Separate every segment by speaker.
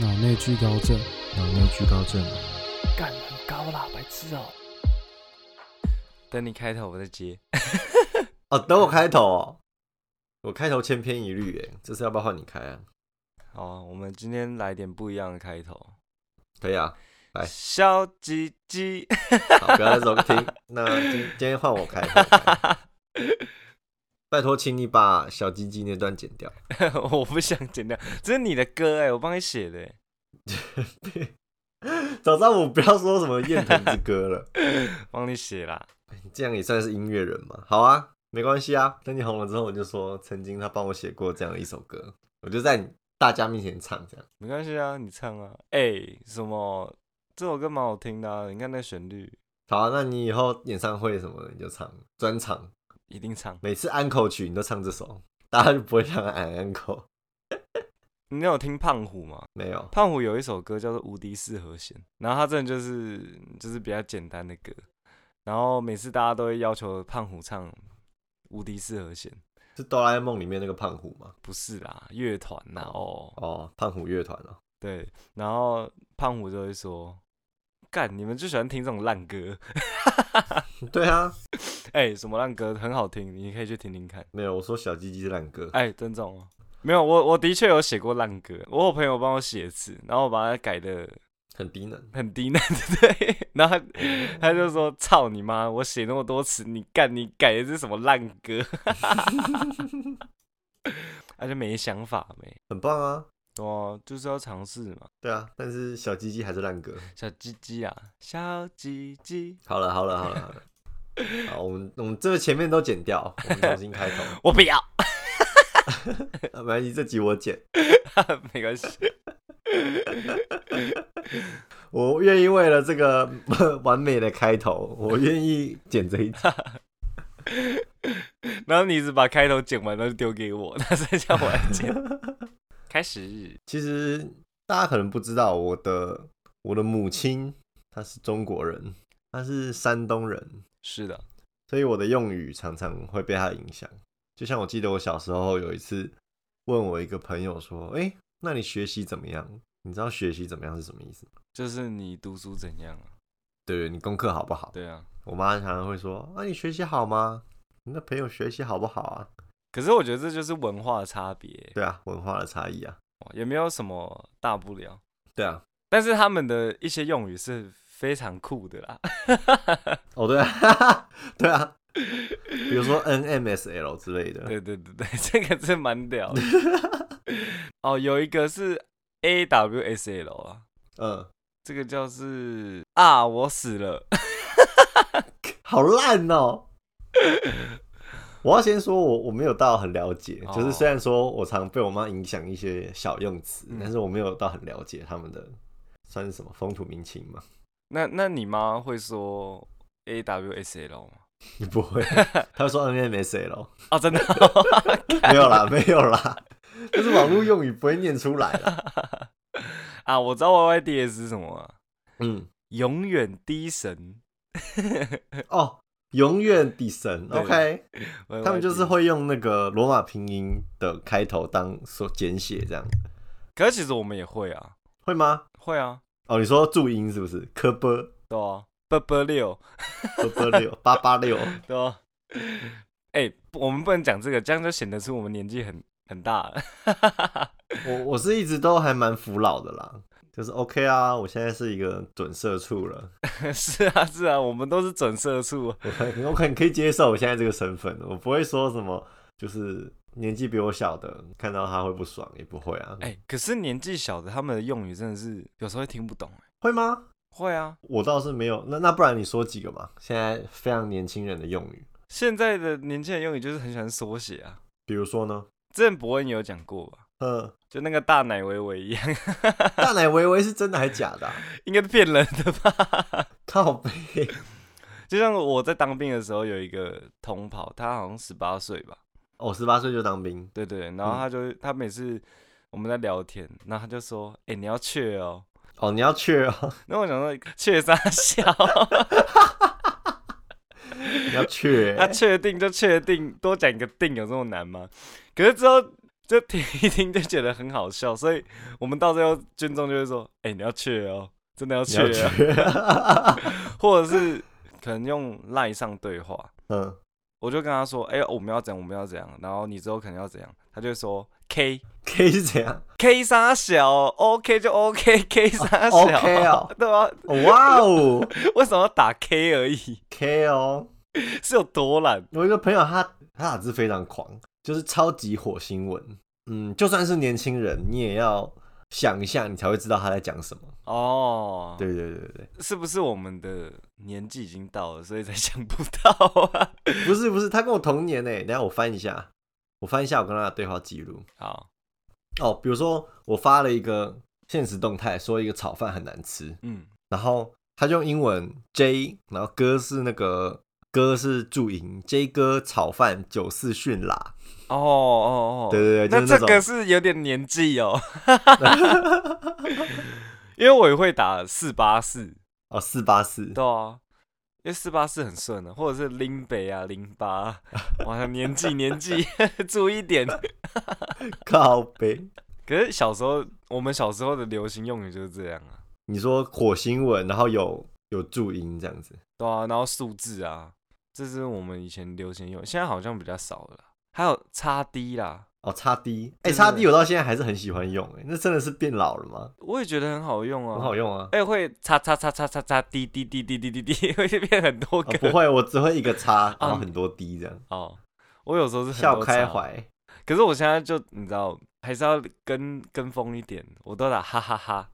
Speaker 1: 脑内聚高症。
Speaker 2: 脑内聚高症。
Speaker 3: 干很高啦，白痴哦、
Speaker 4: 等你开头我再接。
Speaker 2: 哦，等我开头哦，我开头千篇一律哎，这次要不要换你开啊？
Speaker 4: 好啊，我们今天来点不一样的开头。
Speaker 2: 可以啊，来
Speaker 4: 小鸡鸡，
Speaker 2: 好，不要再重听。那今今天换我开，换我开拜托，请你把小鸡鸡那段剪掉。
Speaker 4: 我不想剪掉，这是你的歌哎、我帮你写的、欸。
Speaker 2: 早上我不要说什么燕藤之歌了，
Speaker 4: 帮你写啦。
Speaker 2: 你这样也算是音乐人嘛？好啊，没关系啊。等你红了之后，我就说曾经他帮我写过这样一首歌，我就在你大家面前唱这样。
Speaker 4: 没关系啊，你唱啊。哎、什么？这首歌蛮好听的、啊，你看那旋律，
Speaker 2: 好、啊，那你以后演唱会什么的你就唱专场，
Speaker 4: 一定唱。
Speaker 2: 每次安口曲你都唱这首， 大家就不会让俺安口。
Speaker 4: 你有听胖虎吗？
Speaker 2: 没有，
Speaker 4: 胖虎有一首歌叫做《无敌四和弦》，然后他真的就是就是比较简单的歌，然后每次大家都会要求胖虎唱《无敌四和弦》，
Speaker 2: 是哆啦 A 梦里面那个胖虎吗？
Speaker 4: 不是啦，乐团呐哦，
Speaker 2: 哦，胖虎乐团哦。
Speaker 4: 对，然后胖虎就会说：“干，你们就喜欢听这种烂歌，
Speaker 2: 对啊，
Speaker 4: 哎、什么烂歌很好听，你可以去听听看。
Speaker 2: 没有，我说小鸡鸡是烂歌。
Speaker 4: 哎，郑总哦，没有，我我的确有写过烂歌，我有朋友帮我写词，然后我把它改的
Speaker 2: 很低能，
Speaker 4: 很低能， 对，然后他他就说：“操你妈！我写那么多词，你干你改的是什么烂歌？” 他就没想法没，
Speaker 2: 很棒啊，
Speaker 4: 哦，就是要尝试嘛，
Speaker 2: 对啊，但是小鸡鸡还是烂歌。
Speaker 4: 小鸡鸡啊，小鸡鸡，
Speaker 2: 好了，好了，好了，好了，好，我们我们这个前面都剪掉，我们重新开头。
Speaker 4: 我不要，
Speaker 2: 啊没关系，这集我剪，
Speaker 4: 没关系，
Speaker 2: 我愿意为了这个 完美的开头，我愿意剪这一集。
Speaker 4: 然后你只把开头剪完，然后就丢给我， 那剩下我来剪。 开始，
Speaker 2: 其实大家可能不知道，我的我的母亲她是中国人，她是山东人，
Speaker 4: 是的，
Speaker 2: 所以我的用语常常会被她影响。就像我记得我小时候有一次问我一个朋友说：“哎、那你学习怎么样？你知道学习怎么样是什么意思吗？
Speaker 4: 就是你读书怎样啊？
Speaker 2: 对你功课好不好？”
Speaker 4: 对啊，
Speaker 2: 我妈常常会说：“啊，你学习好吗？你的朋友学习好不好啊
Speaker 4: 可是我觉得这就是文化差别？”，
Speaker 2: 对啊，文化的差异啊，
Speaker 4: 也没有什么大不了。
Speaker 2: 对啊，
Speaker 4: 但是他们的一些用语是非常酷的 啦，
Speaker 2: 哦对啊， 对啊，比如说 NMSL 之类的，
Speaker 4: 对对对对，这个真蛮屌的。 哦，有一个是 A W S L 啊，
Speaker 2: 嗯，
Speaker 4: 这个叫是啊，我死了，
Speaker 2: 好烂哦。我要先说我，我没有到很了解，
Speaker 4: 哦
Speaker 2: 就是虽然说我常被我妈影响一些小用词，
Speaker 4: 嗯
Speaker 2: 但是我没有到很了解他们的算是什么风土民情嘛。
Speaker 4: 那那你妈会说 A W S L 吗？
Speaker 2: 你 不 会，她会说 NMSL，
Speaker 4: 哦，真的哦、
Speaker 2: 没有啦，没有啦， 就是网络用语不会念出来啦。
Speaker 4: 啊，我知道 Y Y D S 是什么、啊，
Speaker 2: 嗯，
Speaker 4: 永远低神。
Speaker 2: 哦，永远底神
Speaker 4: 对
Speaker 2: ，OK，他们就是
Speaker 4: YYDS
Speaker 2: 会用那个罗马拼音的开头当所简写，这样
Speaker 4: 可是其实我们也会啊，
Speaker 2: 会吗？
Speaker 4: 会啊，
Speaker 2: 哦，你说注音是不是？科波
Speaker 4: 对啊，八八六，
Speaker 2: 科波六八八六，
Speaker 4: 对啊。哎、不我们不能讲这个，这样就显得出我们年纪很很大了。
Speaker 2: 我我是一直都还蛮服老的啦，就是 OK 啊，我现在是一个准社畜了，
Speaker 4: 是啊，是啊，我们都是准啊社畜。
Speaker 2: 我很我很可以接受我现在这个身份，我不会说什么就是年纪比我小的看到他会不爽，也不会啊，
Speaker 4: 哎、可是年纪小的他们的用语真的是有时候会听不懂、哎
Speaker 2: 会吗？
Speaker 4: 会啊，
Speaker 2: 我倒是没有，那那不然你说几个嘛？现在非常年轻人的用语，
Speaker 4: 现在的年轻人用语就是很喜欢缩写啊。
Speaker 2: 比如说呢，
Speaker 4: 之前伯恩有讲过吧？
Speaker 2: 呃，
Speaker 4: 就那个大奶维维一样，
Speaker 2: 大奶维维是真的还假的、啊？
Speaker 4: 应该是骗人的吧？
Speaker 2: 靠背，
Speaker 4: 就像我在当兵的时候，有一个同袍，他好像十八岁吧，
Speaker 2: 我哦十八岁就当兵，
Speaker 4: 对对，然
Speaker 2: 嗯
Speaker 4: 后他就、他每次我们在聊天，然后他就说：“哎、你要去哦。
Speaker 2: 哦，你要去哦，”
Speaker 4: 那我想说确啥笑，啊
Speaker 2: 你要去、 哎
Speaker 4: 啊他确定就确定，多讲一个定有这么难吗？可是之后就听一听就觉得很好笑，所以我们到最后军中就会说：“哎、你要去哦，真的要去
Speaker 2: 你要
Speaker 4: 哦。或者是可能用赖上对话，
Speaker 2: 嗯，
Speaker 4: 我就跟他说：“哎、我们要怎样，我们要怎样，然后你之后可能要怎样。”他就会说：“K
Speaker 2: 可以是怎样？
Speaker 4: K 杀小，OK 就 OK，K 杀小、
Speaker 2: OK 哦
Speaker 4: 对吧？
Speaker 2: 哦哇哦
Speaker 4: 为什么要打 K 而已？
Speaker 2: ，K 哦，
Speaker 4: 是有多懒？
Speaker 2: 我一个朋友他他打字非常狂，就是超级火星文。嗯，就算是年轻人，你也要想一下，你才会知道他在讲什么。
Speaker 4: 哦，
Speaker 2: 对对对对
Speaker 4: 是不是我们的年纪已经到了，所以才想不到啊？
Speaker 2: 对，不是不是，他跟我同年欸诶。等一下我翻一下，我翻一下我跟他的对话记录。
Speaker 4: 好，
Speaker 2: 哦，比如说我发了一个现实动态，说一个炒饭很难吃，
Speaker 4: 嗯，
Speaker 2: 然后他就用英文 J，然后哥是那个哥是注音 J 哥炒饭九四训啦。
Speaker 4: 哦哦哦，
Speaker 2: 对对对
Speaker 4: 那
Speaker 2: 就是
Speaker 4: 这
Speaker 2: 那种
Speaker 4: 个是有点年纪哦， 因为我也会打四八四，
Speaker 2: 哦，四八四，
Speaker 4: 对啊，因为四八四很顺的，或者是零北啊零八 啊，哇，年纪年纪 注意点。
Speaker 2: 靠背。
Speaker 4: 可是小时候，我们小时候的流行用语就是这样啊，
Speaker 2: 你说火星文，然后有有注音这样子，
Speaker 4: 对啊，然后数字啊，这是我们以前流行用，现在好像比较少了啦。还有叉 D 啦，
Speaker 2: 哦，叉 D，哎，
Speaker 4: 对对
Speaker 2: 叉 D 我到现在还是很喜欢用、哎，那真的是变老了吗？
Speaker 4: 我也觉得很好用啊，
Speaker 2: 很好用啊。
Speaker 4: 哎、会叉叉叉叉叉叉滴滴滴滴滴滴滴， 会变很多
Speaker 2: 啊
Speaker 4: 个。
Speaker 2: 不会，我只会一 个叉，然后
Speaker 4: 你
Speaker 2: 很多 D 这样。
Speaker 4: 哦，我有时嗯候是很
Speaker 2: 笑
Speaker 4: 多
Speaker 2: 开
Speaker 4: 叉，
Speaker 2: 怀，
Speaker 4: 可是我现在就你知道，还是要跟跟风一点，我都打哈哈哈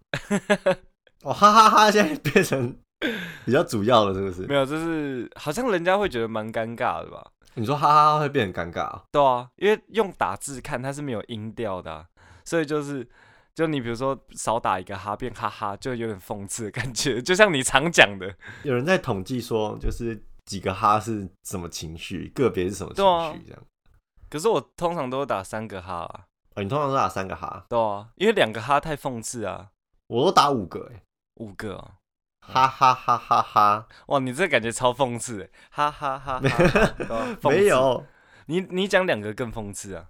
Speaker 2: 哦，哈哈哈现在变成 比较主要了，是不
Speaker 4: 没
Speaker 2: 是？
Speaker 4: 有，就是好像人家会觉得蛮尴尬的吧？
Speaker 2: 你说哈哈哈会变很尴尬哦、
Speaker 4: 对啊，因为用打字看它是没有音调的啊、所以就是。就你比如说少打一个哈变哈哈，就有点讽刺的感觉，就像你常讲的，
Speaker 2: 有人在统计说，就是几个哈是什么情绪，个别是什么情
Speaker 4: 对啊
Speaker 2: 绪这样。
Speaker 4: 可是我通常都打三个哈啊，
Speaker 2: 哦，你通常都打三个哈，
Speaker 4: 对啊，因为两个哈太讽刺啊，
Speaker 2: 我都打五个哎，
Speaker 4: 五个啊，
Speaker 2: 哈哈哈哈哈，
Speaker 4: 哇，你这感觉超讽刺欸，哈哈哈哈哈！对吧讽
Speaker 2: 没
Speaker 4: 刺
Speaker 2: 有，
Speaker 4: 你你讲两个更讽刺啊，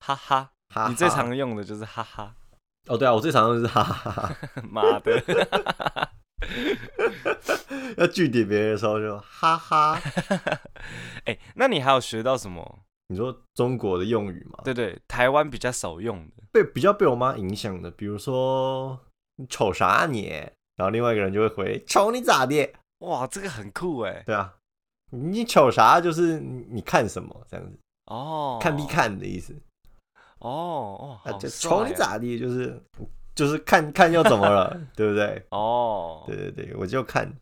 Speaker 4: 哈哈！
Speaker 2: 啊哈哈
Speaker 4: 你最常用的就是哈哈，
Speaker 2: 哦，对啊，我最常用的是哈 哈哈哈，
Speaker 4: 妈的，
Speaker 2: 要据点别人的时候就哈哈。
Speaker 4: 哎、那你还有学到什么？
Speaker 2: 你说中国的用语嘛，
Speaker 4: 对对，台湾比较少用的，
Speaker 2: 被比较被我妈影响的，比如说你瞅啥啊你，然后另外一个人就会回瞅你咋的，
Speaker 4: 哇，这个很酷哎，
Speaker 2: 对啊，你瞅啥就是你你看什么这样子，
Speaker 4: 哦，
Speaker 2: 看必，看的意思。
Speaker 4: 哦哦，
Speaker 2: 啊，
Speaker 4: 好
Speaker 2: 就
Speaker 4: 帅
Speaker 2: 瞅你
Speaker 4: 啊，
Speaker 2: 咋地，就是就是看看又怎么了， 对不对？
Speaker 4: 哦，
Speaker 2: 对对对，我就看，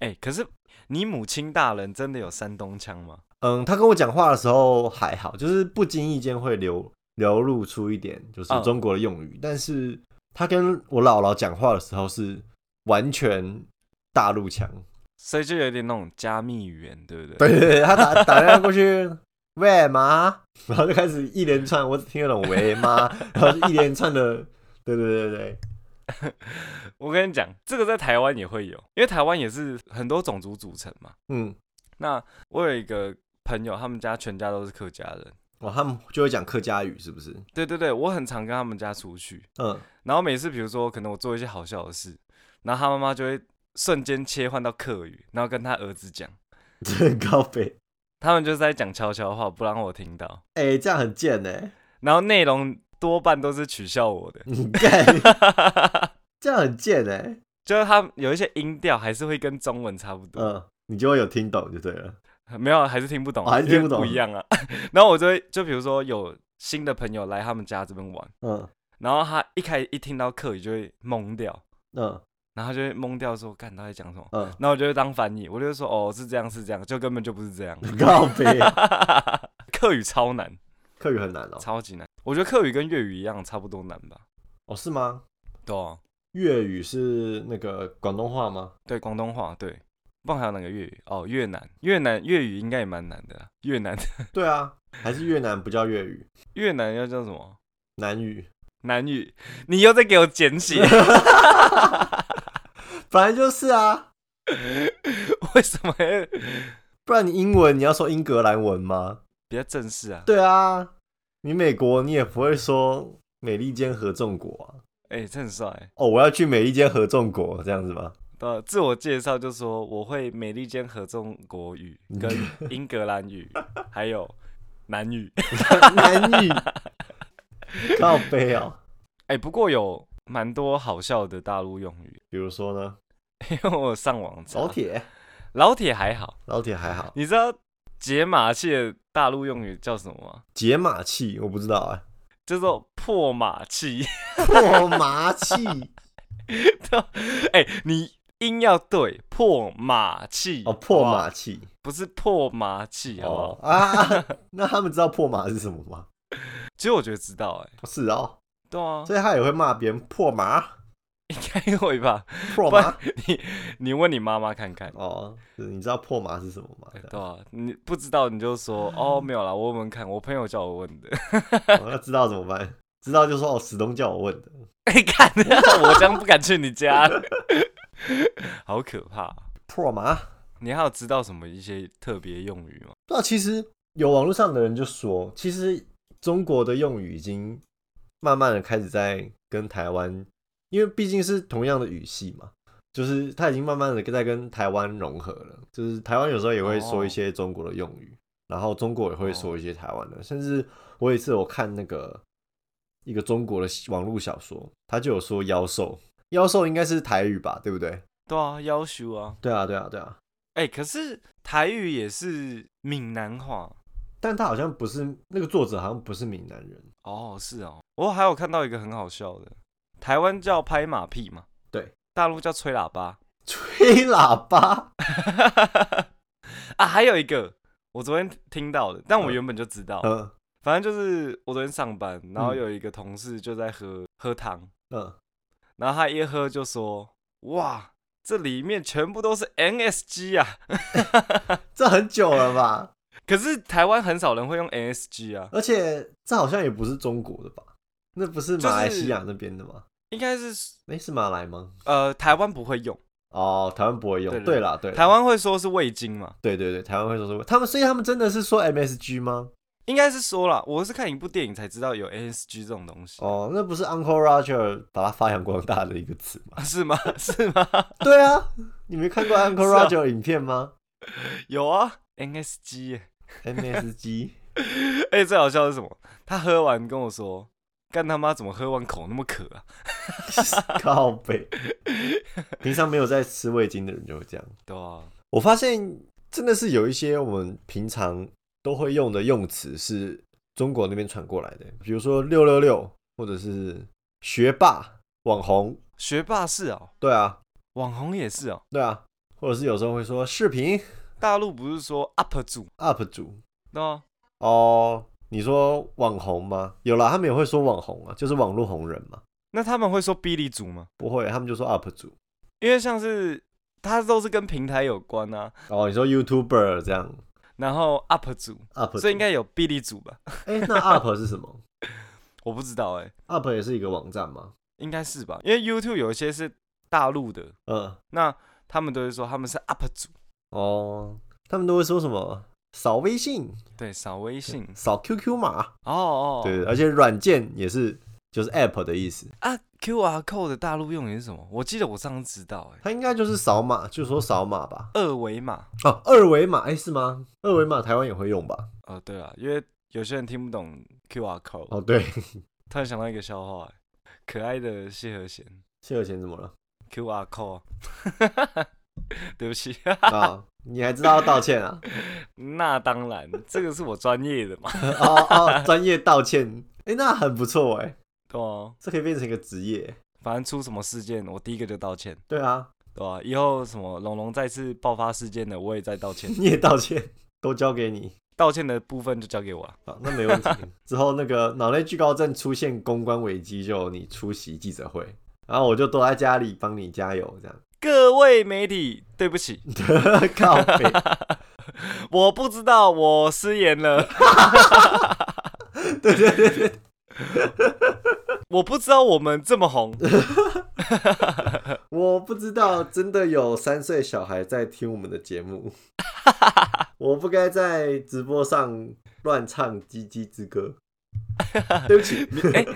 Speaker 4: 哎、可是你母亲大人真的有山东腔吗？
Speaker 2: 嗯，他跟我讲话的时候还好，就是不经意间会流流露出一点就是
Speaker 4: 嗯
Speaker 2: 中国的用语，但是他跟我姥姥讲话的时候是完全大陆腔，
Speaker 4: 所以就有点那种加密语言，对不对？
Speaker 2: 对对对，他打打电话过去。喂妈，然后就开始一连串，我只听得懂喂妈，然后就一连串的，对对对对，
Speaker 4: 我跟你讲，这个在台湾也会有，因为台湾也是很多种族组成嘛。
Speaker 2: 嗯，
Speaker 4: 那我有一个朋友，他们家全家都是客家人。
Speaker 2: 哦，他们就会讲客家语，是不是？
Speaker 4: 对对对，我很常跟他们家出去，
Speaker 2: 嗯，
Speaker 4: 然后每次比如说可能我做一些好笑的事，然后他妈妈就会瞬间切换到客语，然后跟他儿子讲，
Speaker 2: 这很高飞。
Speaker 4: 他们就是在讲悄悄话，不让我听到，
Speaker 2: 哎、这样很贱呢、，
Speaker 4: 然后内容多半都是取笑我的
Speaker 2: 你 干，这样很贱哎呢、
Speaker 4: 就是他有一些音调还是会跟中文差不多。
Speaker 2: 嗯，你就会有听懂就对了。
Speaker 4: 没有，啊还是听不懂、
Speaker 2: 哦还是听不懂
Speaker 4: 因为一样啊。 然后我就会，就比如说有新的朋友来他们家这边玩，
Speaker 2: 嗯
Speaker 4: 然后他一开一听到客语就会懵掉，
Speaker 2: 嗯
Speaker 4: 然后他就会懵掉说，干他在 讲什么？
Speaker 2: 嗯，
Speaker 4: 然后我就会当翻译，我就会说哦是这样是这样，就根本就不是这样。
Speaker 2: 告别
Speaker 4: 客语超难，
Speaker 2: 客语很难 哦。
Speaker 4: 超级难。我觉得客语跟粤语一样，差不多难吧？
Speaker 2: 哦，是吗？
Speaker 4: 对啊，
Speaker 2: 粤语是那个广东话吗？
Speaker 4: 对，广东话对。不然还有哪个粤语？哦，越南，越南粤语应该也蛮难的啊、越南，
Speaker 2: 对啊，还是越南不叫粤语，
Speaker 4: 越南要叫什么？
Speaker 2: 南语。
Speaker 4: 南语，你又在给我简 写，
Speaker 2: 本来就是啊，
Speaker 4: 为什么要
Speaker 2: 不然你英文你要说英格兰文吗？
Speaker 4: 比较正式啊？
Speaker 2: 对啊，你美国你也不会说美利坚合众国啊？
Speaker 4: 哎、这很帅。
Speaker 2: 哦，我要去美利坚合众国这样子吗？
Speaker 4: 呃，自我介绍就说我会美利坚合众国语、
Speaker 2: 嗯
Speaker 4: 跟英格兰 语，还有南语。
Speaker 2: 男女靠背哦。
Speaker 4: 哎、不过有蛮多好笑的大陆用语，
Speaker 2: 比如说呢，
Speaker 4: 因为我有上网查
Speaker 2: 老铁，
Speaker 4: 老铁还好，
Speaker 2: 老铁还好，
Speaker 4: 你知道解码器的大陆用语叫什么吗？
Speaker 2: 解码器我不知道啊、
Speaker 4: 叫做破码器。
Speaker 2: 破麻器
Speaker 4: 哎、你音要对，破码器
Speaker 2: 哦，破
Speaker 4: 好不好
Speaker 2: 马器
Speaker 4: 不是破麻器，好不好？
Speaker 2: 哦啊，那他们知道破马是什么吗？
Speaker 4: 其实我觉得知道、哎，
Speaker 2: 是哦，
Speaker 4: 对啊，
Speaker 2: 所以他也会骂别人破马，
Speaker 4: 应该会吧？
Speaker 2: 破
Speaker 4: 不然
Speaker 2: 马
Speaker 4: 你你问你妈妈看看，
Speaker 2: 哦，是你知道破马是什么吗？
Speaker 4: 对啊，你不知道你就 说哦没有啦，我问问看，我朋友叫我问 的。
Speaker 2: 我哦要知道怎么办？知道就说哦，史东叫我问的，
Speaker 4: 哎、看， 我将不敢去你家， 好可怕。
Speaker 2: 破马。
Speaker 4: 你还有知道什么一些特别用语吗？
Speaker 2: 那其实有网络上的人就说，其实中国的用语已经慢慢的开始在跟台湾，因为毕竟是同样的语系嘛，就是它已经慢慢的在跟台湾融合了。就是台湾有时候也会说一些中国的用语，然后中国也会说一些台湾的。甚至我有一次我看那个一个中国的网络小说，他就有说妖兽，妖兽应该是台语吧，对不对？
Speaker 4: 对啊，要求啊。
Speaker 2: 对啊，对啊，对啊。
Speaker 4: 哎、可是台语也是闽南话
Speaker 2: 但他好像不是那个作者，好像不是闽南人。
Speaker 4: 哦，是哦。我还有看到一个很好笑的，台湾叫拍马屁嘛，
Speaker 2: 对，
Speaker 4: 大陆叫吹喇叭
Speaker 2: 吹喇叭，
Speaker 4: 啊。还有一个我昨天听到的，但我
Speaker 2: 嗯
Speaker 4: 原本就知道，
Speaker 2: 嗯
Speaker 4: 反正就是我昨天上班，然后
Speaker 2: 嗯
Speaker 4: 有一个同事就在喝、喝汤，
Speaker 2: 嗯，
Speaker 4: 然后他一喝就说：“哇，这里面全部都是 NSG 啊！”
Speaker 2: 这很久了吧？
Speaker 4: 可是台湾很少人会用 NSG 啊，
Speaker 2: 而且这好像也不是中国的吧？那不是马来西亚那边的吗？
Speaker 4: 应该是
Speaker 2: 哎、是马来吗？
Speaker 4: 呃台湾不会用，
Speaker 2: 哦，台湾不会用。
Speaker 4: 对对
Speaker 2: 对啦，对啦，
Speaker 4: 台湾会说是味精嘛，
Speaker 2: 对对对，台湾会说什么？他们所以他们真的是说 MSG 吗？
Speaker 4: 应该是说啦，我是看一部电影才知道有 NSG 这种东西，
Speaker 2: 哦，那不是 Uncle Roger 把它发扬光大的一个词 吗？
Speaker 4: 啊 是吗？是吗？
Speaker 2: 对啊，你没看过 Uncle
Speaker 4: 是啊
Speaker 2: Roger 影片吗
Speaker 4: 有啊，NSG 耶。
Speaker 2: ？MSG
Speaker 4: 而且最好笑的是什么？他喝完跟我说：“干他妈怎么喝完口那么渴啊
Speaker 2: 靠北，平常没有在吃味精的人就会这样。？”
Speaker 4: 对啊，
Speaker 2: 我发现真的是有一些我们平常都会用的用词是中国那边传过来的，比如说六六六，或者是学霸、网红，
Speaker 4: 学霸是哦，
Speaker 2: 对啊，
Speaker 4: 网红也是哦，
Speaker 2: 对啊，或者是有时候会说视频
Speaker 4: 大陆不是说 UP 主
Speaker 2: UP 主
Speaker 4: 对啊？
Speaker 2: 哦。你说网红吗？有啦，他们也会说网红啊，就是网络红人嘛。
Speaker 4: 那他们会说 B 哩组吗？
Speaker 2: 不会，他们就说 UP 主。
Speaker 4: 因为像是它都是跟平台有关啊，
Speaker 2: 哦，你说 YouTuber 这样
Speaker 4: 然后 UP 主，
Speaker 2: UP，
Speaker 4: 所以应
Speaker 2: 该
Speaker 4: 该有 B 哩组吧？
Speaker 2: 哎，那 UP 是什么
Speaker 4: 我不知道哎、
Speaker 2: ？UP 也是一个网站吗？
Speaker 4: 应该是吧？因为 YouTube 有一些是大陆的，
Speaker 2: 嗯，
Speaker 4: 那他们都会说他们是 UP 主，
Speaker 2: 哦，他们都会说什么扫微信、
Speaker 4: 对，扫微信，
Speaker 2: 扫 QQ 码，
Speaker 4: 哦哦，
Speaker 2: 对，而且软件也是就是 App 的意思，
Speaker 4: 啊，QR code 的大陆用语是什么？我记得我上次知道哎、
Speaker 2: 它应该就是扫码，就说扫码吧。
Speaker 4: 二维码，
Speaker 2: 哦，二维码，哎、是吗？二维码台湾也会用吧？
Speaker 4: 呃，对啊，因为有些人听不懂 QR code，、
Speaker 2: 哦，对，
Speaker 4: 突然想到一个笑话、欸，可爱的谢和弦
Speaker 2: 谢有钱怎么了
Speaker 4: QR code，对不起。
Speaker 2: 啊？你还知道要道歉啊？
Speaker 4: 那当然，这个是我专业的嘛，
Speaker 2: 哦哦，专业道歉，哎、那很不错哎、
Speaker 4: 对啊，
Speaker 2: 这可以变成一个职业。
Speaker 4: 反正出什么事件，我第一个就道歉，
Speaker 2: 对啊，
Speaker 4: 对吧、以后什么龙龙再次爆发事件的，我也在道歉，
Speaker 2: 你也道歉，都交给你。
Speaker 4: 道歉的部分就交给我了。
Speaker 2: 好，那没问题。之后那个脑内惧高症出现公关危机，就你出席记者会，然后我就都在家里帮你加油，这
Speaker 4: 各位媒体，对不起，
Speaker 2: 样。 靠北，
Speaker 4: 我不知道，我失言了，
Speaker 2: 对对对对，
Speaker 4: 我不知道我们这么红。
Speaker 2: 我不知道，真的有三岁小孩在听我们的节目，我不该在直播上乱唱《鸡鸡之歌》。对不起，
Speaker 4: 哎、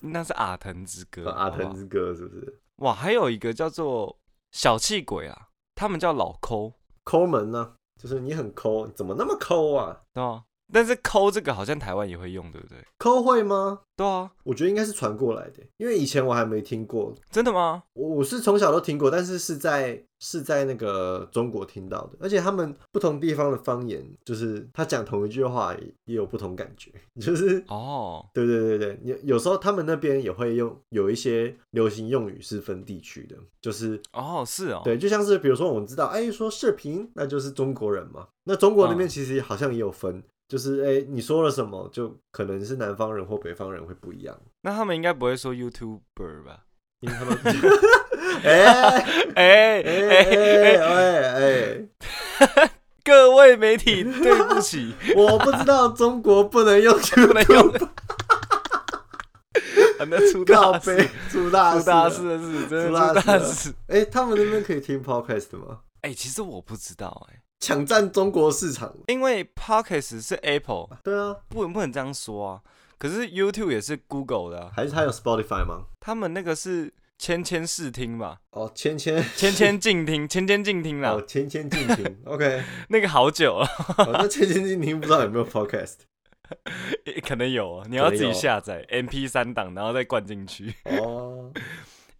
Speaker 4: 那是阿腾之歌，
Speaker 2: 哦阿
Speaker 4: 好不好
Speaker 2: 腾之歌是不是？
Speaker 4: 哇，还有一个叫做小气鬼啊，他们叫老抠，
Speaker 2: 抠门呢、就是你很抠，你怎么那么抠啊？
Speaker 4: 对啊，但是抠这个好像台湾也会用，对不对？
Speaker 2: 抠会吗？
Speaker 4: 对啊，
Speaker 2: 我觉得应该是传过来的，因为以前我还没听过，
Speaker 4: 真的吗？
Speaker 2: 我我是从小都听过，但是是在是在那个中国听到的，而且他们不同地方的方言，就是他讲同一句话也也有不同感觉， 就是
Speaker 4: 哦，
Speaker 2: 对对对对，有有时候他们那边也会用有一些流行用语是分地区的，就是
Speaker 4: 哦，是哦，，
Speaker 2: 对，就像是比如说我们知道，哎，说视频那就是中国人嘛，那中国那边
Speaker 4: 嗯
Speaker 2: 其实好像也有分，就是哎你说了什么，就可能是南方人或北方人会不一样，
Speaker 4: 那他们应该不会说 YouTuber 吧？
Speaker 2: 因为他们 哎。
Speaker 4: 哎
Speaker 2: 哎
Speaker 4: 哎哎，
Speaker 2: 哎
Speaker 4: 各位媒体，对不起，
Speaker 2: 哎！我不知道中国不能用
Speaker 4: 不能用， 啊那出
Speaker 2: 告
Speaker 4: 大
Speaker 2: 杯
Speaker 4: 事，
Speaker 2: 出大
Speaker 4: 出
Speaker 2: 事
Speaker 4: 大
Speaker 2: 了
Speaker 4: 事的事，真
Speaker 2: 出
Speaker 4: 的出
Speaker 2: 大
Speaker 4: 大
Speaker 2: 事了
Speaker 4: 事。
Speaker 2: 哎，他们那边可以听 podcast 吗？
Speaker 4: 哎，其实我不知道哎，
Speaker 2: 抢占中国市场？
Speaker 4: 因为 Pockets 是 Apple，
Speaker 2: 对啊，
Speaker 4: 不能不能这样说啊。可是 YouTube 也是 Google 的啊、
Speaker 2: 还是他有 Spotify 吗？
Speaker 4: 他们那个是千千试听 吧，
Speaker 2: 哦，千千
Speaker 4: 千千静听，千千静听啦，
Speaker 2: 哦，千千静 听，OK，
Speaker 4: 那个好久了，啊
Speaker 2: 哦那千千静听不知道有没有 podcast？
Speaker 4: 可能有哦，你要自
Speaker 2: 可能
Speaker 4: 己
Speaker 2: 有
Speaker 4: 下载 MP 三档，然后再灌进去。
Speaker 2: 哦，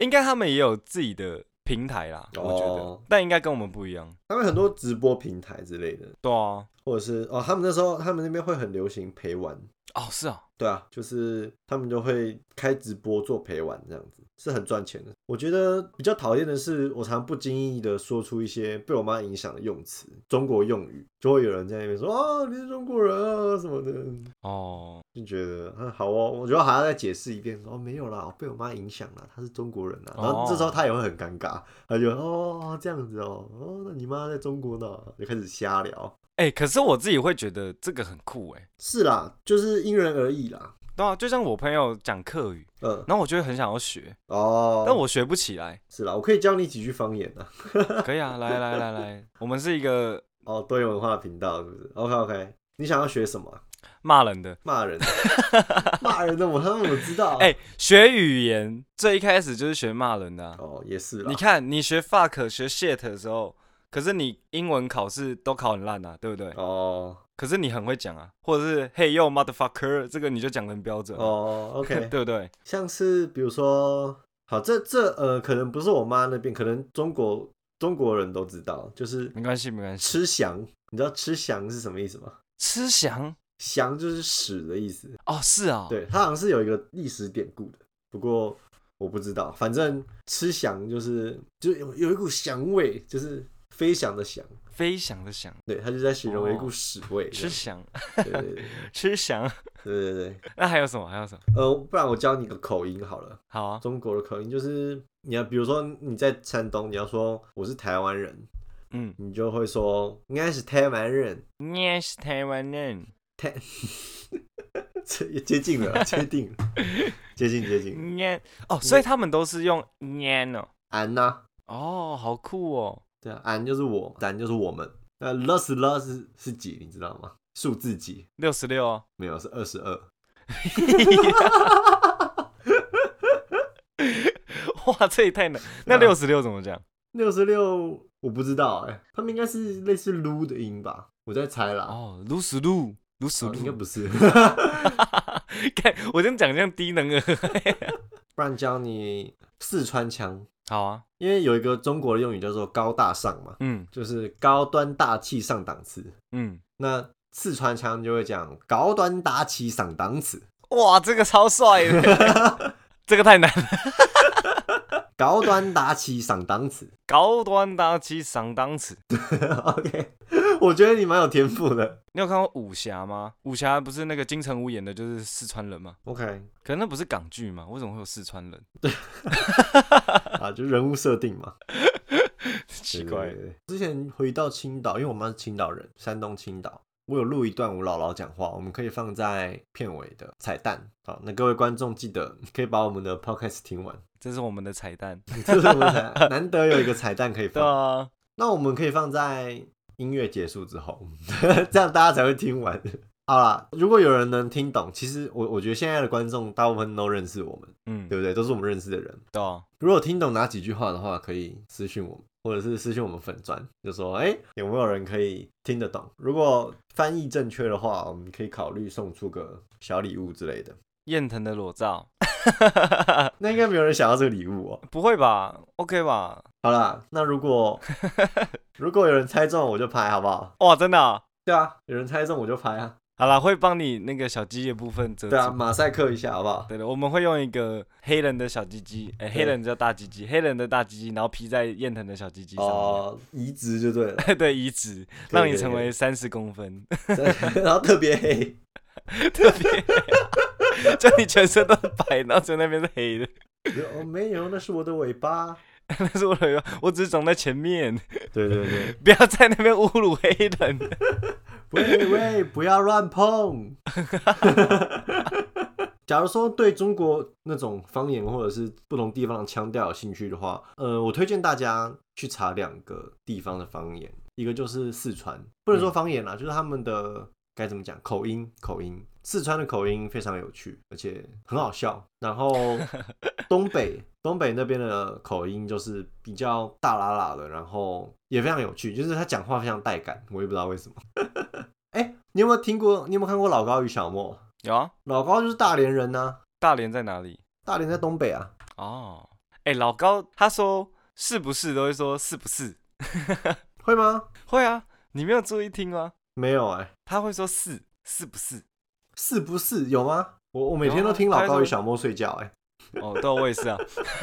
Speaker 4: 应该他们也有自己的平台啦，
Speaker 2: 哦
Speaker 4: 我觉得，但应该跟我们不一样。
Speaker 2: 他们很多直播平台之类的，
Speaker 4: 对啊，
Speaker 2: 或者是哦，他们那时候他们那边会很流行陪玩，
Speaker 4: 哦是啊，
Speaker 2: 对啊，就是他们就会开直播做陪玩这样子，是很赚钱的。我觉得比较讨厌的是，我常不经意的说出一些被我妈影响的用词，中国用语，就会有人在那边说啊，你是中国人啊什么的，
Speaker 4: 哦
Speaker 2: 就觉得嗯好哦，我觉得还要再解释一遍，说、哦、没有啦，我被我妈影响了，她是中国人啊。然后这
Speaker 4: 哦
Speaker 2: 时候她也会很尴尬，她就哦这样子哦，哦那你妈在中国呢，就开始瞎聊。
Speaker 4: 哎、可是我自己会觉得这个很酷哎、
Speaker 2: 是啦，就是因人而异啦，
Speaker 4: 对啊，就像我朋友讲客语，
Speaker 2: 嗯
Speaker 4: 然后我就会很想要学，
Speaker 2: 哦，
Speaker 4: 但我学不起来。
Speaker 2: 是啦，我可以教你几句方言啊。
Speaker 4: 可以啊，来来来来，我们是一个
Speaker 2: 哦，多元文化频道是不是？OK OK，你想要学什么啊？
Speaker 4: 骂人的。
Speaker 2: 骂人的，啊骂人的我他们我知道啊。
Speaker 4: 哎、学语言最一开始就是学骂人的啊、
Speaker 2: 哦，也是啦
Speaker 4: 你。看，你学 fuck 学 shit 的时候，可是你英文考试都考很烂啊，对不对？
Speaker 2: 哦
Speaker 4: 可是你很会讲啊，或者是 hey yo motherfucker，这个你就讲的很标准啊、
Speaker 2: 哦，OK，
Speaker 4: 对不对？
Speaker 2: 像是比如说，好，这这呃，可能不是我妈那边，可能中国中国人都知道，就是
Speaker 4: 没关系，没关系。
Speaker 2: 吃翔。你知道吃翔是什么意思吗？
Speaker 4: 吃翔
Speaker 2: 翔就是屎的意思。
Speaker 4: 哦，是啊、
Speaker 2: 对，它好像是有一个历史典故的，不过我不知道。反正吃翔就是就有有一股翔味，就是飞翔的翔。
Speaker 4: 飞翔的翔，
Speaker 2: 对他就在形容一股
Speaker 4: 哦
Speaker 2: 屎味。
Speaker 4: 吃翔，
Speaker 2: 对对对
Speaker 4: 吃翔。
Speaker 2: 对对对。
Speaker 4: 那还有什么？还有什么？
Speaker 2: 呃，不然我教你个口音好了，
Speaker 4: 好啊，
Speaker 2: 中国的口音就是你要，比如说你在山东，你要说我是台湾人，
Speaker 4: 嗯，
Speaker 2: 你就会说应该是台湾人，
Speaker 4: 你也是台湾人，
Speaker 2: 台，这也接近了，接近了，接近接近。
Speaker 4: 你也哦，所以他们都是用年哦，
Speaker 2: 俺呐、
Speaker 4: 哦，好酷哦，
Speaker 2: 对啊，俺就是我，咱就是我们。那了是了是是几，你知道吗？数字几？
Speaker 4: 六十六哦，
Speaker 2: 没有，是二十二。
Speaker 4: 哇，这也太难。那
Speaker 2: 对
Speaker 4: 六
Speaker 2: 啊
Speaker 4: 十六怎么讲？
Speaker 2: 六十六，我不知道哎、他们应该是类似撸的音吧，我在猜啦。
Speaker 4: 哦，卢斯路，卢斯
Speaker 2: 哦应该
Speaker 4: 路，
Speaker 2: 不是，
Speaker 4: 看我这样讲这样低能儿。
Speaker 2: 不然教你四川腔，
Speaker 4: 好啊，
Speaker 2: 因为有一个中国的用语叫做高大上嘛，
Speaker 4: 嗯
Speaker 2: 就是高端大气上档次。
Speaker 4: 嗯，
Speaker 2: 那四川腔就会讲高端大气上档次，
Speaker 4: 哇，这个超帅的， 这个太难了。
Speaker 2: 高端大气上档次。
Speaker 4: 高端大气上档次，
Speaker 2: OK，我觉得你蛮有天赋的。
Speaker 4: 你有看过武侠吗？武侠不是那个金城武演的，就是四川人吗？
Speaker 2: OK，
Speaker 4: 可能那不是港剧吗？为什么会有四川人？
Speaker 2: 啊，就人物设定嘛。
Speaker 4: 奇
Speaker 2: 对
Speaker 4: 怪
Speaker 2: 对，对对之前回到青岛，因为我妈是青岛人，山东青岛，我有录一段我姥姥讲话，我们可以放在片尾的彩蛋。好，那各位观众记得可以把我们的 podcast 听完，
Speaker 4: 这是我们的彩蛋。
Speaker 2: 这是我们彩难得有一个彩蛋可以
Speaker 4: 对
Speaker 2: 放。
Speaker 4: 啊，
Speaker 2: 那我们可以放在音乐结束之后，这样大家才会听完。好啦，如果有人能听懂，其实我我觉得现在的观众大部分都认识我们，
Speaker 4: 嗯，
Speaker 2: 对不对？都是我们认识的人。
Speaker 4: 对啊，
Speaker 2: 如果听懂哪几句话的话，可以私信我们，或者是私信我们粉砖，就说哎、诶有没有人可以听得懂？如果翻译正确的话，我们可以考虑送出个小礼物之类的。
Speaker 4: 燕腾的裸照，
Speaker 2: 那应该没有人想要这个礼物哦。
Speaker 4: 不会吧？OK 吧？
Speaker 2: 好啦，那如果如果有人猜中，我就拍，好不好？
Speaker 4: 哇，真的啊、
Speaker 2: 对啊，有人猜中我就拍啊。
Speaker 4: 好啦，会帮你那个小鸡的部分遮
Speaker 2: 对啊，
Speaker 4: 住。
Speaker 2: 马赛克一下好不好？
Speaker 4: 对的，我们会用一个黑人的小鸡鸡，哎、黑人叫大鸡鸡，黑人的大鸡鸡，然后披在燕腾的小鸡鸡上面，
Speaker 2: 哦，移植就对了，
Speaker 4: 对移植，让你成
Speaker 2: 对
Speaker 4: 为三十公分，
Speaker 2: 然后特别黑，
Speaker 4: 特别，就你全身都是白，然后从那边是黑的，
Speaker 2: 就哦 没有，那是我的尾巴。
Speaker 4: 但是我的我只是长在前面，
Speaker 2: 对对对，
Speaker 4: 不要在那边侮辱黑人。
Speaker 2: 喂喂，不要乱碰。假如说对中国那种方言或者是不同地方的腔调有兴趣的话，呃，我推荐大家去查两个地方的方言，一个就是四川，不能说方言啦，就是他们的该怎么讲口音，口音。四川的口音非常有趣，而且很好笑。然后东北东北那边的口音就是比较大喇喇的，然后也非常有趣，就是他讲话非常带感，我也不知道为什么。哎、你有没有听过？你有没有看过老高与小莫？
Speaker 4: 有啊，
Speaker 2: 老高就是大连人呐、
Speaker 4: 大连在哪里？
Speaker 2: 大连在东北啊。
Speaker 4: 哦，哎、老高他说是不是都会说是不是？
Speaker 2: 会吗？
Speaker 4: 会啊，你没有注意听吗？
Speaker 2: 没有哎、
Speaker 4: 他会说是是不是？
Speaker 2: 是不是有吗？我我每天都
Speaker 4: 啊
Speaker 2: 听老高与小莫睡觉哎、
Speaker 4: 哦，对，我也是啊，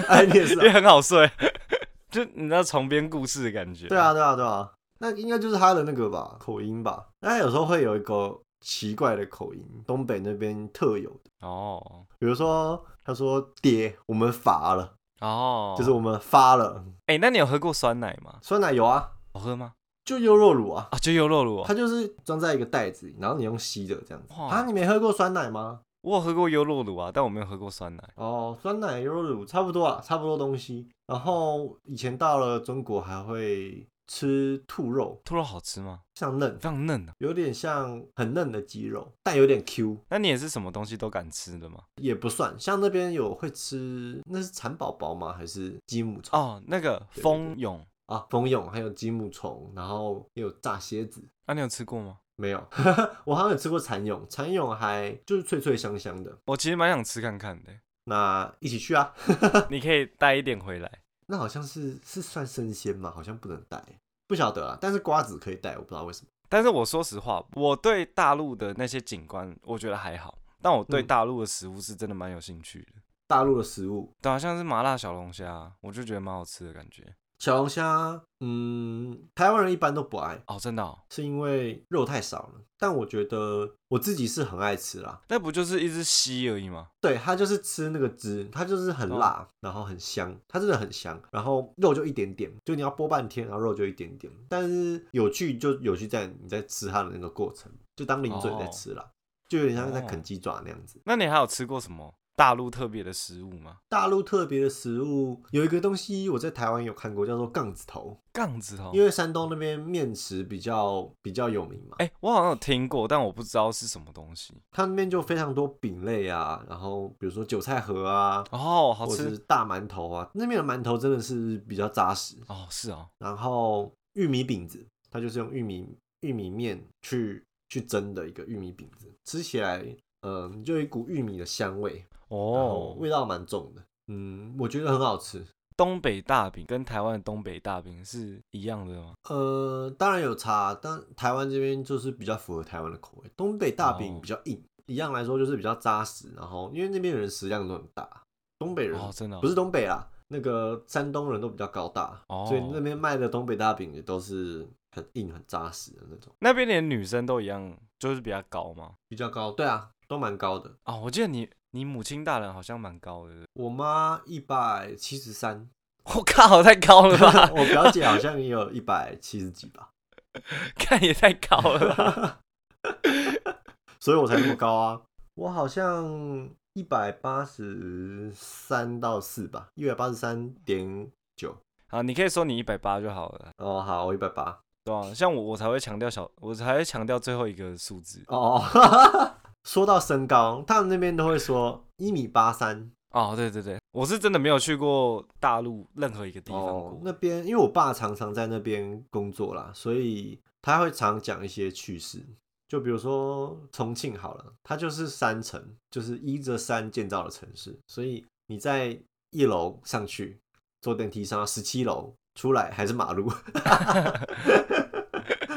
Speaker 2: 哎、你 也是、
Speaker 4: 因为
Speaker 2: 啊？
Speaker 4: 很好睡， 就你知道床边故事的感觉。
Speaker 2: 对，啊，对啊，对啊。那应该就是他的那个吧，口音吧。那他有时候会有一个奇怪的口音，东北那边特有的。
Speaker 4: 哦
Speaker 2: 比如说，他说“爹，我们乏了”，
Speaker 4: 哦，
Speaker 2: 就是我们发了
Speaker 4: 哎、那你有喝过酸奶吗？
Speaker 2: 酸奶油啊，
Speaker 4: 好喝吗？
Speaker 2: 就优酪乳啊，
Speaker 4: 啊，就优酪乳、
Speaker 2: 它
Speaker 4: 哦，
Speaker 2: 就是装在一个袋子里，然后你用吸的这样子。
Speaker 4: 哇
Speaker 2: 啊，你没喝过酸奶吗？
Speaker 4: 我有喝过优酪乳啊，但我没有喝过酸奶。
Speaker 2: 哦，酸奶、优酪乳差不多啊，差不多东西。然后以前到了中国还会吃兔肉，
Speaker 4: 兔肉好吃吗？
Speaker 2: 像嫩
Speaker 4: 非，常嫩啊。
Speaker 2: 有点像很嫩的鸡肉，但有点 Q，
Speaker 4: 那你也是什么东西都敢吃的吗？
Speaker 2: 也不算。像那边有会吃，那是蚕宝宝吗？还是鸡母虫？
Speaker 4: 哦，那个
Speaker 2: 对对
Speaker 4: 蜂蛹
Speaker 2: 啊，蜂蛹，还有鸡母虫，然后也有炸蝎子。
Speaker 4: 啊，你有吃过吗？
Speaker 2: 没有， 我好像有吃过蚕蛹，蚕蛹还就是脆脆香香的。
Speaker 4: 我其实蛮想吃看看的，
Speaker 2: 那一起去啊？
Speaker 4: 你可以带一点回来。
Speaker 2: 那好像是是算生鲜吗？好像不能带，不晓得啊。但是瓜子可以带，我不知道为什么。
Speaker 4: 但是我说实话，我对大陆的那些景观我觉得还好，但我对
Speaker 2: 嗯
Speaker 4: 大陆的食物是真的蛮有兴趣的。
Speaker 2: 大陆的食物，
Speaker 4: 对啊，像是麻辣小龙虾，啊我就觉得蛮好吃的感觉。
Speaker 2: 小龙虾，嗯，台湾人一般都不爱，
Speaker 4: 哦，真的、哦，
Speaker 2: 是因为肉太少了。但我觉得我自己是很爱吃啦。
Speaker 4: 那不就是一只溪而已吗？
Speaker 2: 对，它就是吃那个汁，它就是很
Speaker 4: 哦
Speaker 2: 辣，然后很香，它真的很香。然后肉就一点点，就你要剥半天，然后肉就一点点。但是有趣就有趣在你在吃它的那个过程，就当零嘴在
Speaker 4: 哦
Speaker 2: 吃啦，就有点像在
Speaker 4: 哦
Speaker 2: 啃鸡爪那样子。
Speaker 4: 那你还有吃过什么大陆特别的食物吗？
Speaker 2: 大陆特别的食物有一个东西，我在台湾有看过，叫做杠子头，
Speaker 4: 杠子哦头，
Speaker 2: 因为山东那边面食比较比较有名嘛，
Speaker 4: 哎、我好像有听过，但我不知道是什么东西。
Speaker 2: 它那边就非常多饼类啊，然后比如说韭菜盒啊，
Speaker 4: 哦，好
Speaker 2: 或是
Speaker 4: 吃
Speaker 2: 大馒头啊，那边的馒头真的是比较扎实，
Speaker 4: 哦，是哦，
Speaker 2: 然后玉米饼子，它就是用玉米玉米面去去蒸的一个玉米饼子，吃起来，嗯、就有一股玉米的香味，然后
Speaker 4: 哦，
Speaker 2: 味道蛮重的，嗯，我觉得很好吃，
Speaker 4: 东北大饼跟台湾的东北大饼是一样的吗？
Speaker 2: 呃，当然有差，但台湾这边就是比较符合台湾的口味。东北大饼
Speaker 4: 哦
Speaker 2: 比较硬，一样来说就是比较扎实。然后因为那边的人食量都很大，东北人、
Speaker 4: 哦，真的哦、
Speaker 2: 不是东北啊，那个山东人都比较高大，
Speaker 4: 哦
Speaker 2: 所以那边卖的东北大饼也都是很硬、很扎实的那种，
Speaker 4: 那边连女生都一样，就是比较高吗？
Speaker 2: 比较高。对啊，都蛮高的。
Speaker 4: 啊、我记得你你母亲大人好像蛮高的。
Speaker 2: 我妈一百七十三，
Speaker 4: 我靠，太高了 吧！
Speaker 2: 我表姐好像也有一百七十几吧，
Speaker 4: 看也太高 了吧！
Speaker 2: 所以我才那么高啊！我好像一百八十三到四吧，一百八十三点九。
Speaker 4: 好，你可以说你一百八就好了。
Speaker 2: 哦，好，我一百八。
Speaker 4: 对吧、像我我才会强调小，我才会强调最后一个数字
Speaker 2: 哦， 说到身高，他们那边都会说一米八三
Speaker 4: 哦，对对对，我是真的没有去过大陆任何一个地方过。
Speaker 2: 哦那边因为我爸常常在那边工作啦，所以他会常讲一些趣事。就比如说重庆好了，它就是山城，就是依着山建造的城市，所以你在一楼上去，坐电梯上到十七楼，出来还是马路，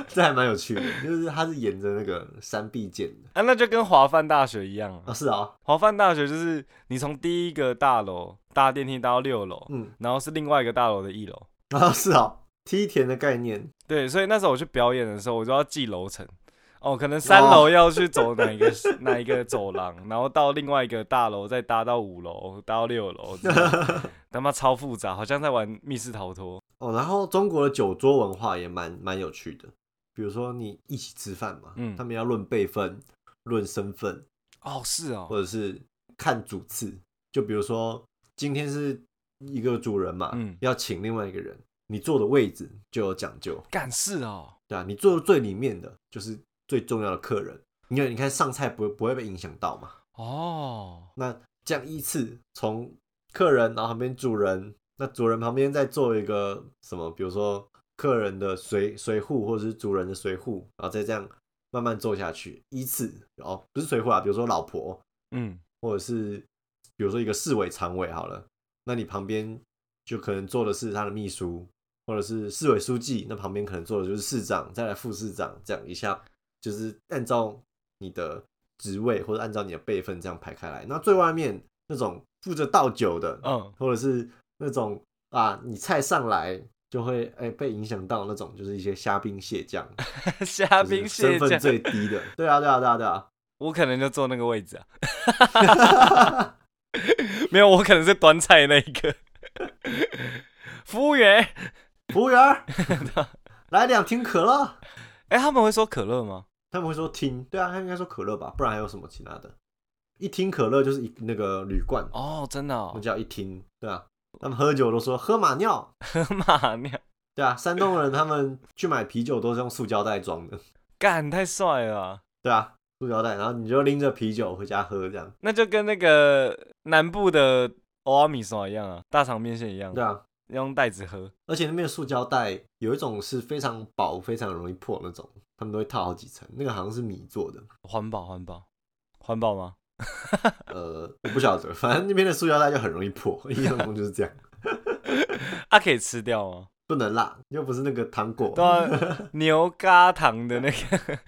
Speaker 2: 这还蛮有趣的，就是它是沿着那个山壁建的
Speaker 4: 啊，那就跟华范大学一样啊
Speaker 2: 啊，。是啊、
Speaker 4: 华范大学就是你从第一个大楼搭电梯搭到六楼，
Speaker 2: 嗯，
Speaker 4: 然后是另外一个大楼的一楼。
Speaker 2: 啊是啊、梯田的概念，
Speaker 4: 对，所以那时候我去表演的时候，我就要记楼层。哦，可能三楼要去走哪一个、哪一个走廊，然后到另外一个大楼，再搭到五楼，搭到六楼，这样 他妈超复杂，好像在玩密室逃脱。
Speaker 2: 哦，然后中国的酒桌文化也蛮蛮有趣的，比如说你一起吃饭嘛，
Speaker 4: 嗯
Speaker 2: 他们要论辈分、论身份，
Speaker 4: 哦，是哦，
Speaker 2: 或者是看主次。就比如说今天是一个主人嘛，
Speaker 4: 嗯
Speaker 2: 要请另外一个人，你坐的位置就有讲究，
Speaker 4: 干是哦，
Speaker 2: 对啊，你坐最里面的就是最重要的客人，因为你看上菜不会不会被影响到嘛。
Speaker 4: 哦，
Speaker 2: 那这样依次从客人，然后旁边主人，那主人旁边再做一个什么，比如说客人的随随护，或者是主人的随护，然后再这样慢慢做下去，依次，然后不是随护啊，比如说老婆，
Speaker 4: 嗯，
Speaker 2: 或者是比如说一个市委常委好了，那你旁边就可能坐的是他的秘书，或者是市委书记，那旁边可能坐的就是市长，再来副市长，这样一下就是按照你的职位或者按照你的辈分这样排开来。那最外面那种负责倒酒的，
Speaker 4: 嗯，
Speaker 2: 或者是那种啊，你菜上来。就会哎、被影响到那种，就是一些虾兵蟹将，
Speaker 4: 虾
Speaker 2: 就是
Speaker 4: 兵蟹
Speaker 2: 身份
Speaker 4: 将，
Speaker 2: 最低的，对啊对啊对啊对啊，
Speaker 4: 我可能就坐那个位置啊， 没有，我可能是端菜那一个， 服务员，
Speaker 2: 服务 员儿来两瓶可乐，
Speaker 4: 哎、他们会说可乐吗？
Speaker 2: 他们会说听，对啊，他应该说可乐吧，不然还有什么其他的？一听可乐就是一那个铝罐，
Speaker 4: 哦，真的、
Speaker 2: 我
Speaker 4: 哦
Speaker 2: 们，叫一听，对啊。他们喝酒都说喝马尿，
Speaker 4: 河 马尿，
Speaker 2: 对啊。山东人他们去买啤酒都是用塑胶袋装的，
Speaker 4: 干太帅了啊、
Speaker 2: 对啊，塑胶袋，然后你就拎着啤酒回家喝这样，
Speaker 4: 那就跟那个南部的欧阿米索一样啊，大肠面线一样，
Speaker 2: 对啊。
Speaker 4: 用袋子喝。
Speaker 2: 而且那边的塑胶袋有一种是非常薄、非常容易破那种，他们都会套好几层，那个好像是米做的，
Speaker 4: 环保，环保，环保 吗？
Speaker 2: 呃，我不晓得，反正那边的塑胶袋就很容易破，印象中就是这样。
Speaker 4: 啊，可以吃掉吗？
Speaker 2: 不能啦，又不是那个糖果，
Speaker 4: 对 啊，牛轧糖的那个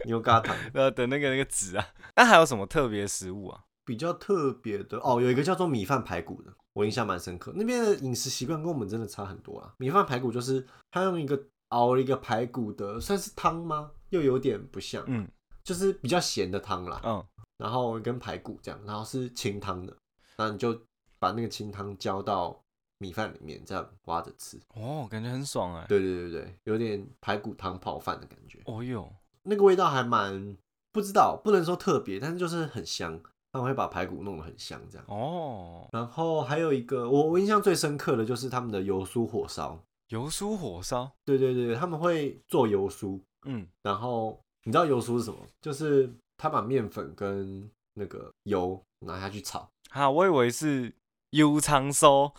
Speaker 2: 牛轧糖。
Speaker 4: 呃的那个那 个籽啊。那还有什么特别食物啊？
Speaker 2: 比较特别的哦，有一个叫做米饭排骨的，我印象蛮深刻。那边的饮食习惯跟我们真的差很多啊。米饭排骨就是他用一个熬了一个排骨的，算是汤吗？又有点不像，
Speaker 4: 嗯
Speaker 2: 就是比较咸的汤啦。
Speaker 4: 嗯，
Speaker 2: 然后跟排骨这样，然后是清汤的，那你就把那个清汤浇到米饭里面，这样挖着吃。
Speaker 4: 哦，感觉很爽哎、
Speaker 2: 对对对对，有点排骨汤泡饭的感觉。
Speaker 4: 哦哟，
Speaker 2: 那个味道还蛮不知道，不能说特别，但是就是很香。他们会把排骨弄得很香这样。
Speaker 4: 哦，
Speaker 2: 然后还有一个，我我印象最深刻的就是他们的油酥火烧。
Speaker 4: 油酥火烧，
Speaker 2: 对对对，他们会做油酥，
Speaker 4: 嗯，
Speaker 2: 然后你知道油酥是什么？就是他把面粉跟那个油拿下去炒。
Speaker 4: 哈、我以为是油葱酥，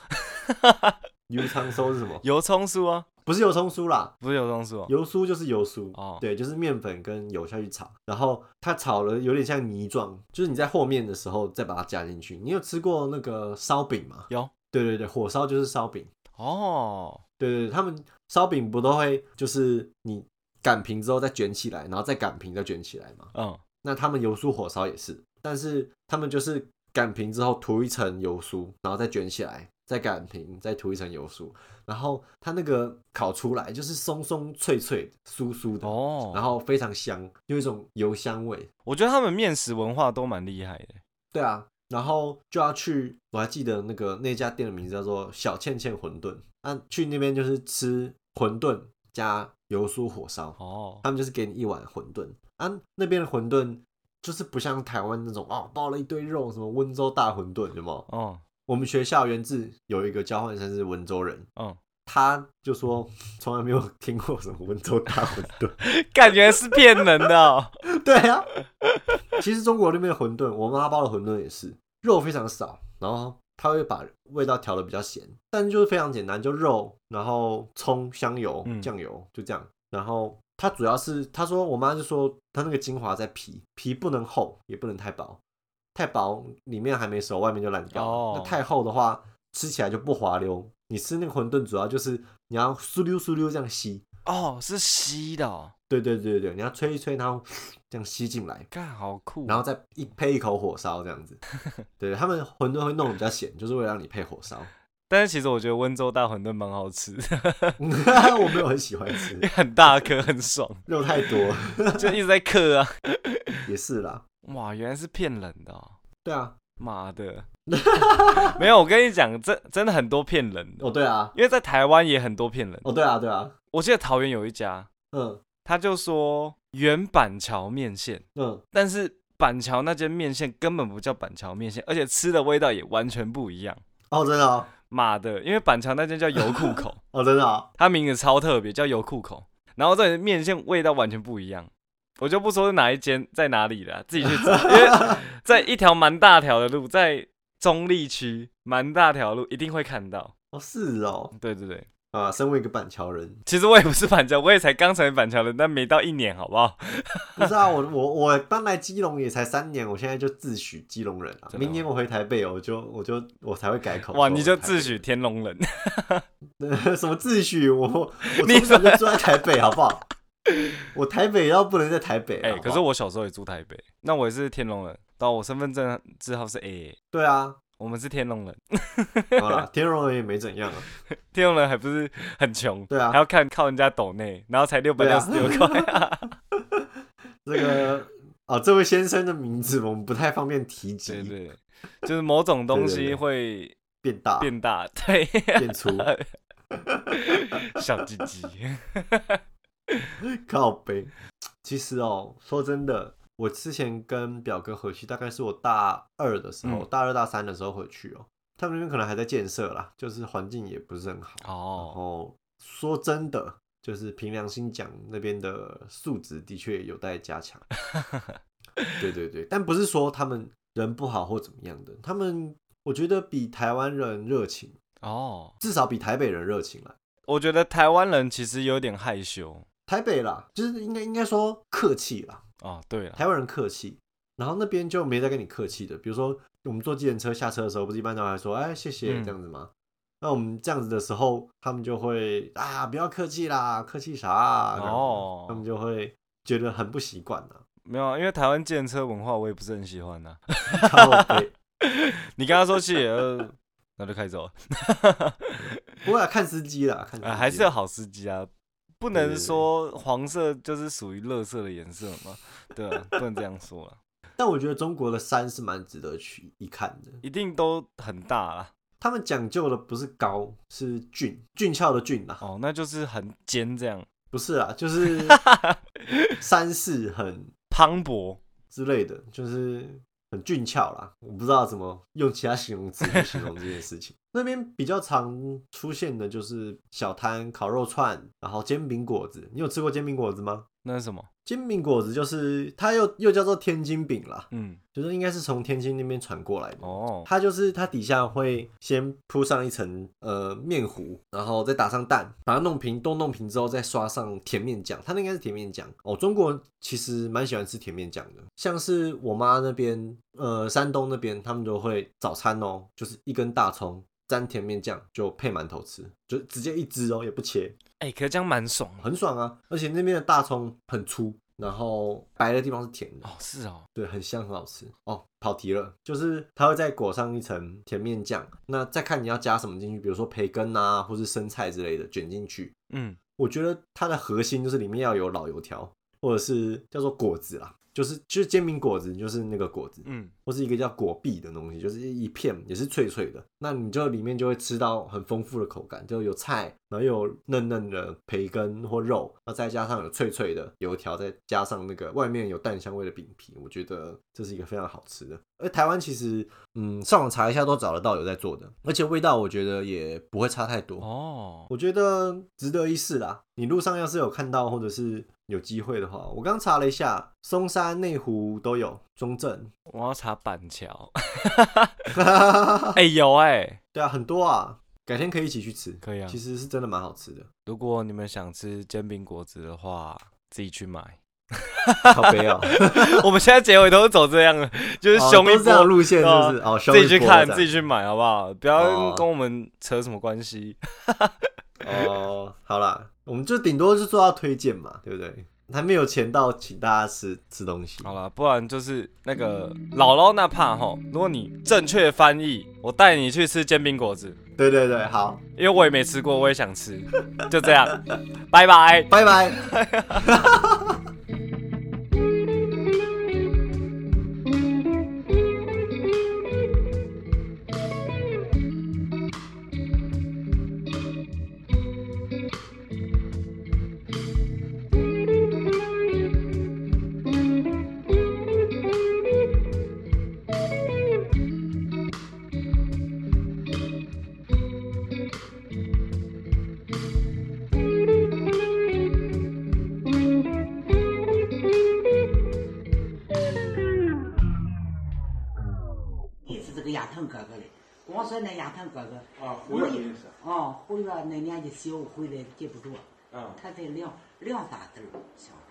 Speaker 2: 油葱酥是什么？
Speaker 4: 油葱酥啊，
Speaker 2: 不是油葱酥啦，
Speaker 4: 不是油葱酥、哦，
Speaker 2: 油酥就是油酥。
Speaker 4: 哦
Speaker 2: 对，就是面粉跟油下去炒，然后它炒了有点像泥状，就是你在和面的时候再把它加进去。你有吃过那个烧饼吗？
Speaker 4: 有
Speaker 2: 对对对，火烧就是烧饼。
Speaker 4: 哦，
Speaker 2: 对对，对他们烧饼不都会就是你擀平之后再卷起来，然后再擀平再卷起来嘛？
Speaker 4: 嗯，
Speaker 2: 那他们油酥火烧也是，但是他们就是擀平之后涂一层油酥，然后再卷起来，再擀平，再涂一层油酥，然后它那个烤出来就是松松脆脆的、酥酥的，
Speaker 4: 哦，
Speaker 2: 然后非常香，有一种油香味。
Speaker 4: 我觉得他们面食文化都蛮厉害的。
Speaker 2: 对啊，然后就要去，我还记得那个那家店的名字叫做小倩倩馄饨。那、去那边就是吃馄饨加油酥火烧，
Speaker 4: 哦，
Speaker 2: 他们就是给你一碗馄饨。啊，那边的馄饨就是不像台湾那种哦，包了一堆肉，什么温州大馄饨，有没有？
Speaker 4: 哦，
Speaker 2: 我们学校原自有一个交换生是温州人，
Speaker 4: 嗯，
Speaker 2: 他就说从来没有听过什么温州大馄饨。
Speaker 4: 感觉是骗人的哦、
Speaker 2: 对啊，其实中国那边的馄饨，我妈包的馄饨也是肉非常少，然后她会把味道调的比较咸，但就是非常简单，就肉，然后葱、香油
Speaker 4: 嗯、
Speaker 2: 酱油就这样。然后它主要是她说，我妈就说她那个精华在皮，皮不能厚，也不能太薄，太薄里面还没熟，外面就烂掉了。
Speaker 4: 哦
Speaker 2: 那太厚的话，吃起来就不滑溜。你吃那个馄饨，主要就是你要酥溜酥溜这样吸，
Speaker 4: 哦，是吸的、哦，
Speaker 2: 对对对对，你要吹一吹，然后 这样吸进来。
Speaker 4: 干好酷。哦
Speaker 2: 然后再一配一口火烧这 样子。对他们馄饨会弄得比较咸，就是为了让你配火烧。
Speaker 4: 但是其实我觉得温州大馄饨蛮好吃，
Speaker 2: 我没有很喜欢吃
Speaker 4: 因为， 很大颗，很爽，
Speaker 2: 肉太多了
Speaker 4: 就一直在嗑啊。
Speaker 2: 也是啦。
Speaker 4: 哇，原来是骗人的、哦，
Speaker 2: 对啊，
Speaker 4: 妈 的！没有，我跟你讲，真真的很多骗人的，
Speaker 2: 哦对啊，
Speaker 4: 因为在台湾也很多骗人的。
Speaker 2: 哦对啊，对啊，
Speaker 4: 我记得桃园有一家，
Speaker 2: 嗯
Speaker 4: 他就说原板桥面线，
Speaker 2: 嗯，
Speaker 4: 但是板桥那间面线根本不叫板桥面线，而且吃的味道也完全不一样。
Speaker 2: 哦真的哦，
Speaker 4: 妈的，因为板桥那间叫油库口，
Speaker 2: 哦真的哦，
Speaker 4: 它名字超特别，叫油库口，然后这里的面线味道完全不一样。我就不说是哪一间在哪里了，自己去找。因为在一条蛮大条的路，在中立区蛮大条路一定会看到。
Speaker 2: 哦是哦，
Speaker 4: 对对对，
Speaker 2: 啊，身为一个板桥人，
Speaker 4: 其实我也不是板桥，我也才刚成为板桥人，但没到一年，好不好？
Speaker 2: 不是啊，我我我搬来基隆也才三年，我现在就自诩基隆人啊
Speaker 4: 真的。吗哦
Speaker 2: 明年我回台北，我就我就我才会改口。
Speaker 4: 哇，你就自诩天龙人，
Speaker 2: 什么自 诩？我我
Speaker 4: 你
Speaker 2: 从小就住在台北，好不好？ 我台北要不能在台北了。啊
Speaker 4: 哎、
Speaker 2: 好不
Speaker 4: 可
Speaker 2: 好
Speaker 4: 是我小时候也住台北，那我也是天龙人，但我身份证字号是 A，
Speaker 2: 对啊，
Speaker 4: 我们是天龙人，
Speaker 2: 好 啦，天龙人也没怎样啊。
Speaker 4: 天龙人还不是很穷，
Speaker 2: 对啊
Speaker 4: 还要看靠人家抖内，然后才六百六十六 块，啊
Speaker 2: 这个哦，这位先生的名字我们不太方便提及，
Speaker 4: 对对，就是某种东
Speaker 2: 对对
Speaker 4: 西
Speaker 2: 对
Speaker 4: 会
Speaker 2: 变大变
Speaker 4: 变大， 对，
Speaker 2: 粗，
Speaker 4: 小鸡鸡，
Speaker 2: 靠背。其实哦，说真的，我之前跟表哥回去，大概是我大二的时候，
Speaker 4: 嗯
Speaker 2: 大二大三的时候回去哦，他们那边可能还在建设啦，就是环境也不是很好。然
Speaker 4: 哦，
Speaker 2: 后说真的，就是凭良心讲，那边的素质的确有待加强。对对对，但不是说他们人不好或怎么样的，他们我觉得比台湾人热情，
Speaker 4: 哦，
Speaker 2: 至少比台北人热情啦。
Speaker 4: 我觉得台湾人其实有点害羞，
Speaker 2: 台北啦，就是应该应该说客气啦，
Speaker 4: 哦，对了，
Speaker 2: 台湾人客气，然后那边就没再跟你客气的。比如说我们坐计程车下车的时候，不是一般都还说哎谢谢
Speaker 4: 嗯
Speaker 2: 这样子吗？那我们这样子的时候，他们就会啊不要客气啦，客气啥、啊？这样子
Speaker 4: 哦
Speaker 2: 他们就会觉得很不习惯 呐。
Speaker 4: 没有啊，因为台湾建车文化我也不是很喜欢呐、
Speaker 2: 靠北
Speaker 4: 你跟他说谢谢，呃那就开走了。
Speaker 2: 不过要看司 机啦，看司机
Speaker 4: 啊，还是有好司机啊，不能
Speaker 2: 对对
Speaker 4: 说黄色就是属于垃圾的颜色嘛，对啊，不能这样说了，
Speaker 2: 但我觉得中国的山是蛮值得去一看的。
Speaker 4: 一定都很大啦。
Speaker 2: 他们讲究的不是高，是俊俊俏的俊啦，
Speaker 4: 哦，那就是很尖这样，
Speaker 2: 不是啦，就是山势很
Speaker 4: 磅礴。
Speaker 2: 之类的，就是很俊俏啦。我不知道怎么用其他形容词去形容这件事情。 那边比较常出现的就是小摊烤肉串，然后煎饼果子。你有吃过煎饼果子吗？
Speaker 4: 那是什么？
Speaker 2: 煎饼果子就是它又又叫做天津饼啦，
Speaker 4: 嗯，
Speaker 2: 就是应该是从天津那边传过来的。
Speaker 4: 哦，
Speaker 2: 它就是它底下会先铺上一层呃面糊，然后再打上蛋，把它弄平，都弄平之后再刷上甜面酱。它那应该是甜面酱哦。中国人其实蛮喜欢吃甜面酱的，像是我妈那边呃山东那边，他们就会早餐哦，就是一根大葱沾甜面酱就配馒头吃，就直接一只哦，也不切，
Speaker 4: 哎、可是这样蛮爽的。
Speaker 2: 很爽啊。而且那边的大葱很粗，然后白的地方是甜的。
Speaker 4: 哦，是哦，
Speaker 2: 对，很香，很好吃哦。跑题了，就是它会再裹上一层甜面酱，那再看你要加什么进去，比如说培根啊，或是生菜之类的卷进去。
Speaker 4: 嗯，
Speaker 2: 我觉得它的核心就是里面要有老油条，或者是叫做果子啦，就是就是煎饼果子，就是那个果子，
Speaker 4: 嗯，
Speaker 2: 或是一个叫果篦的东西，就是一片也是脆脆的，那你就里面就会吃到很丰富的口感，就有菜，然后又有嫩嫩的培根或肉，那再加上有脆脆的油条，再加上那个外面有蛋香味的饼皮，我觉得这是一个非常好吃的。而台湾其实，嗯，上网查一下都找得到有在做的，而且味道我觉得也不会差太多。
Speaker 4: 哦，
Speaker 2: 我觉得值得一试啦。你路上要是有看到或者是有机会的话，我刚查了一下，松山、内湖都有，中正，
Speaker 4: 我要查板 桥，哎、有哎、
Speaker 2: 对啊，很多啊。改天可以一起去吃，
Speaker 4: 可以啊
Speaker 2: 其实是真的蛮好吃 的，
Speaker 4: 如果你们想吃煎饼果子的话，自己去买。
Speaker 2: 好悲哦，
Speaker 4: 我们现在结尾都是走这样的，就是
Speaker 2: 哦
Speaker 4: 凶一
Speaker 2: 都是这样
Speaker 4: 波，
Speaker 2: 路线是不是？哦，
Speaker 4: 自己去看，
Speaker 2: 凶一波
Speaker 4: 自己去买，好不好？不要
Speaker 2: 哦
Speaker 4: 跟我们扯什么关系。
Speaker 2: 这样哦，好啦，我们就顶多是做到推荐嘛，对不对？还没有钱到请大家吃吃东西，
Speaker 4: 好了，不然就是那个姥姥那怕吼，如果你正确翻译，我带你去吃煎饼果子，
Speaker 2: 对对对，好，
Speaker 4: 因为我也没吃过，我也想吃，就这样，拜拜。
Speaker 2: 拜拜。
Speaker 1: 也是这个牙疼哥哥的。光说那牙疼哥哥哦
Speaker 5: 啊忽悠的意思
Speaker 1: 啊，忽悠那年纪小，回来记不住，
Speaker 5: 啊
Speaker 1: 他才两两三岁儿小孩儿。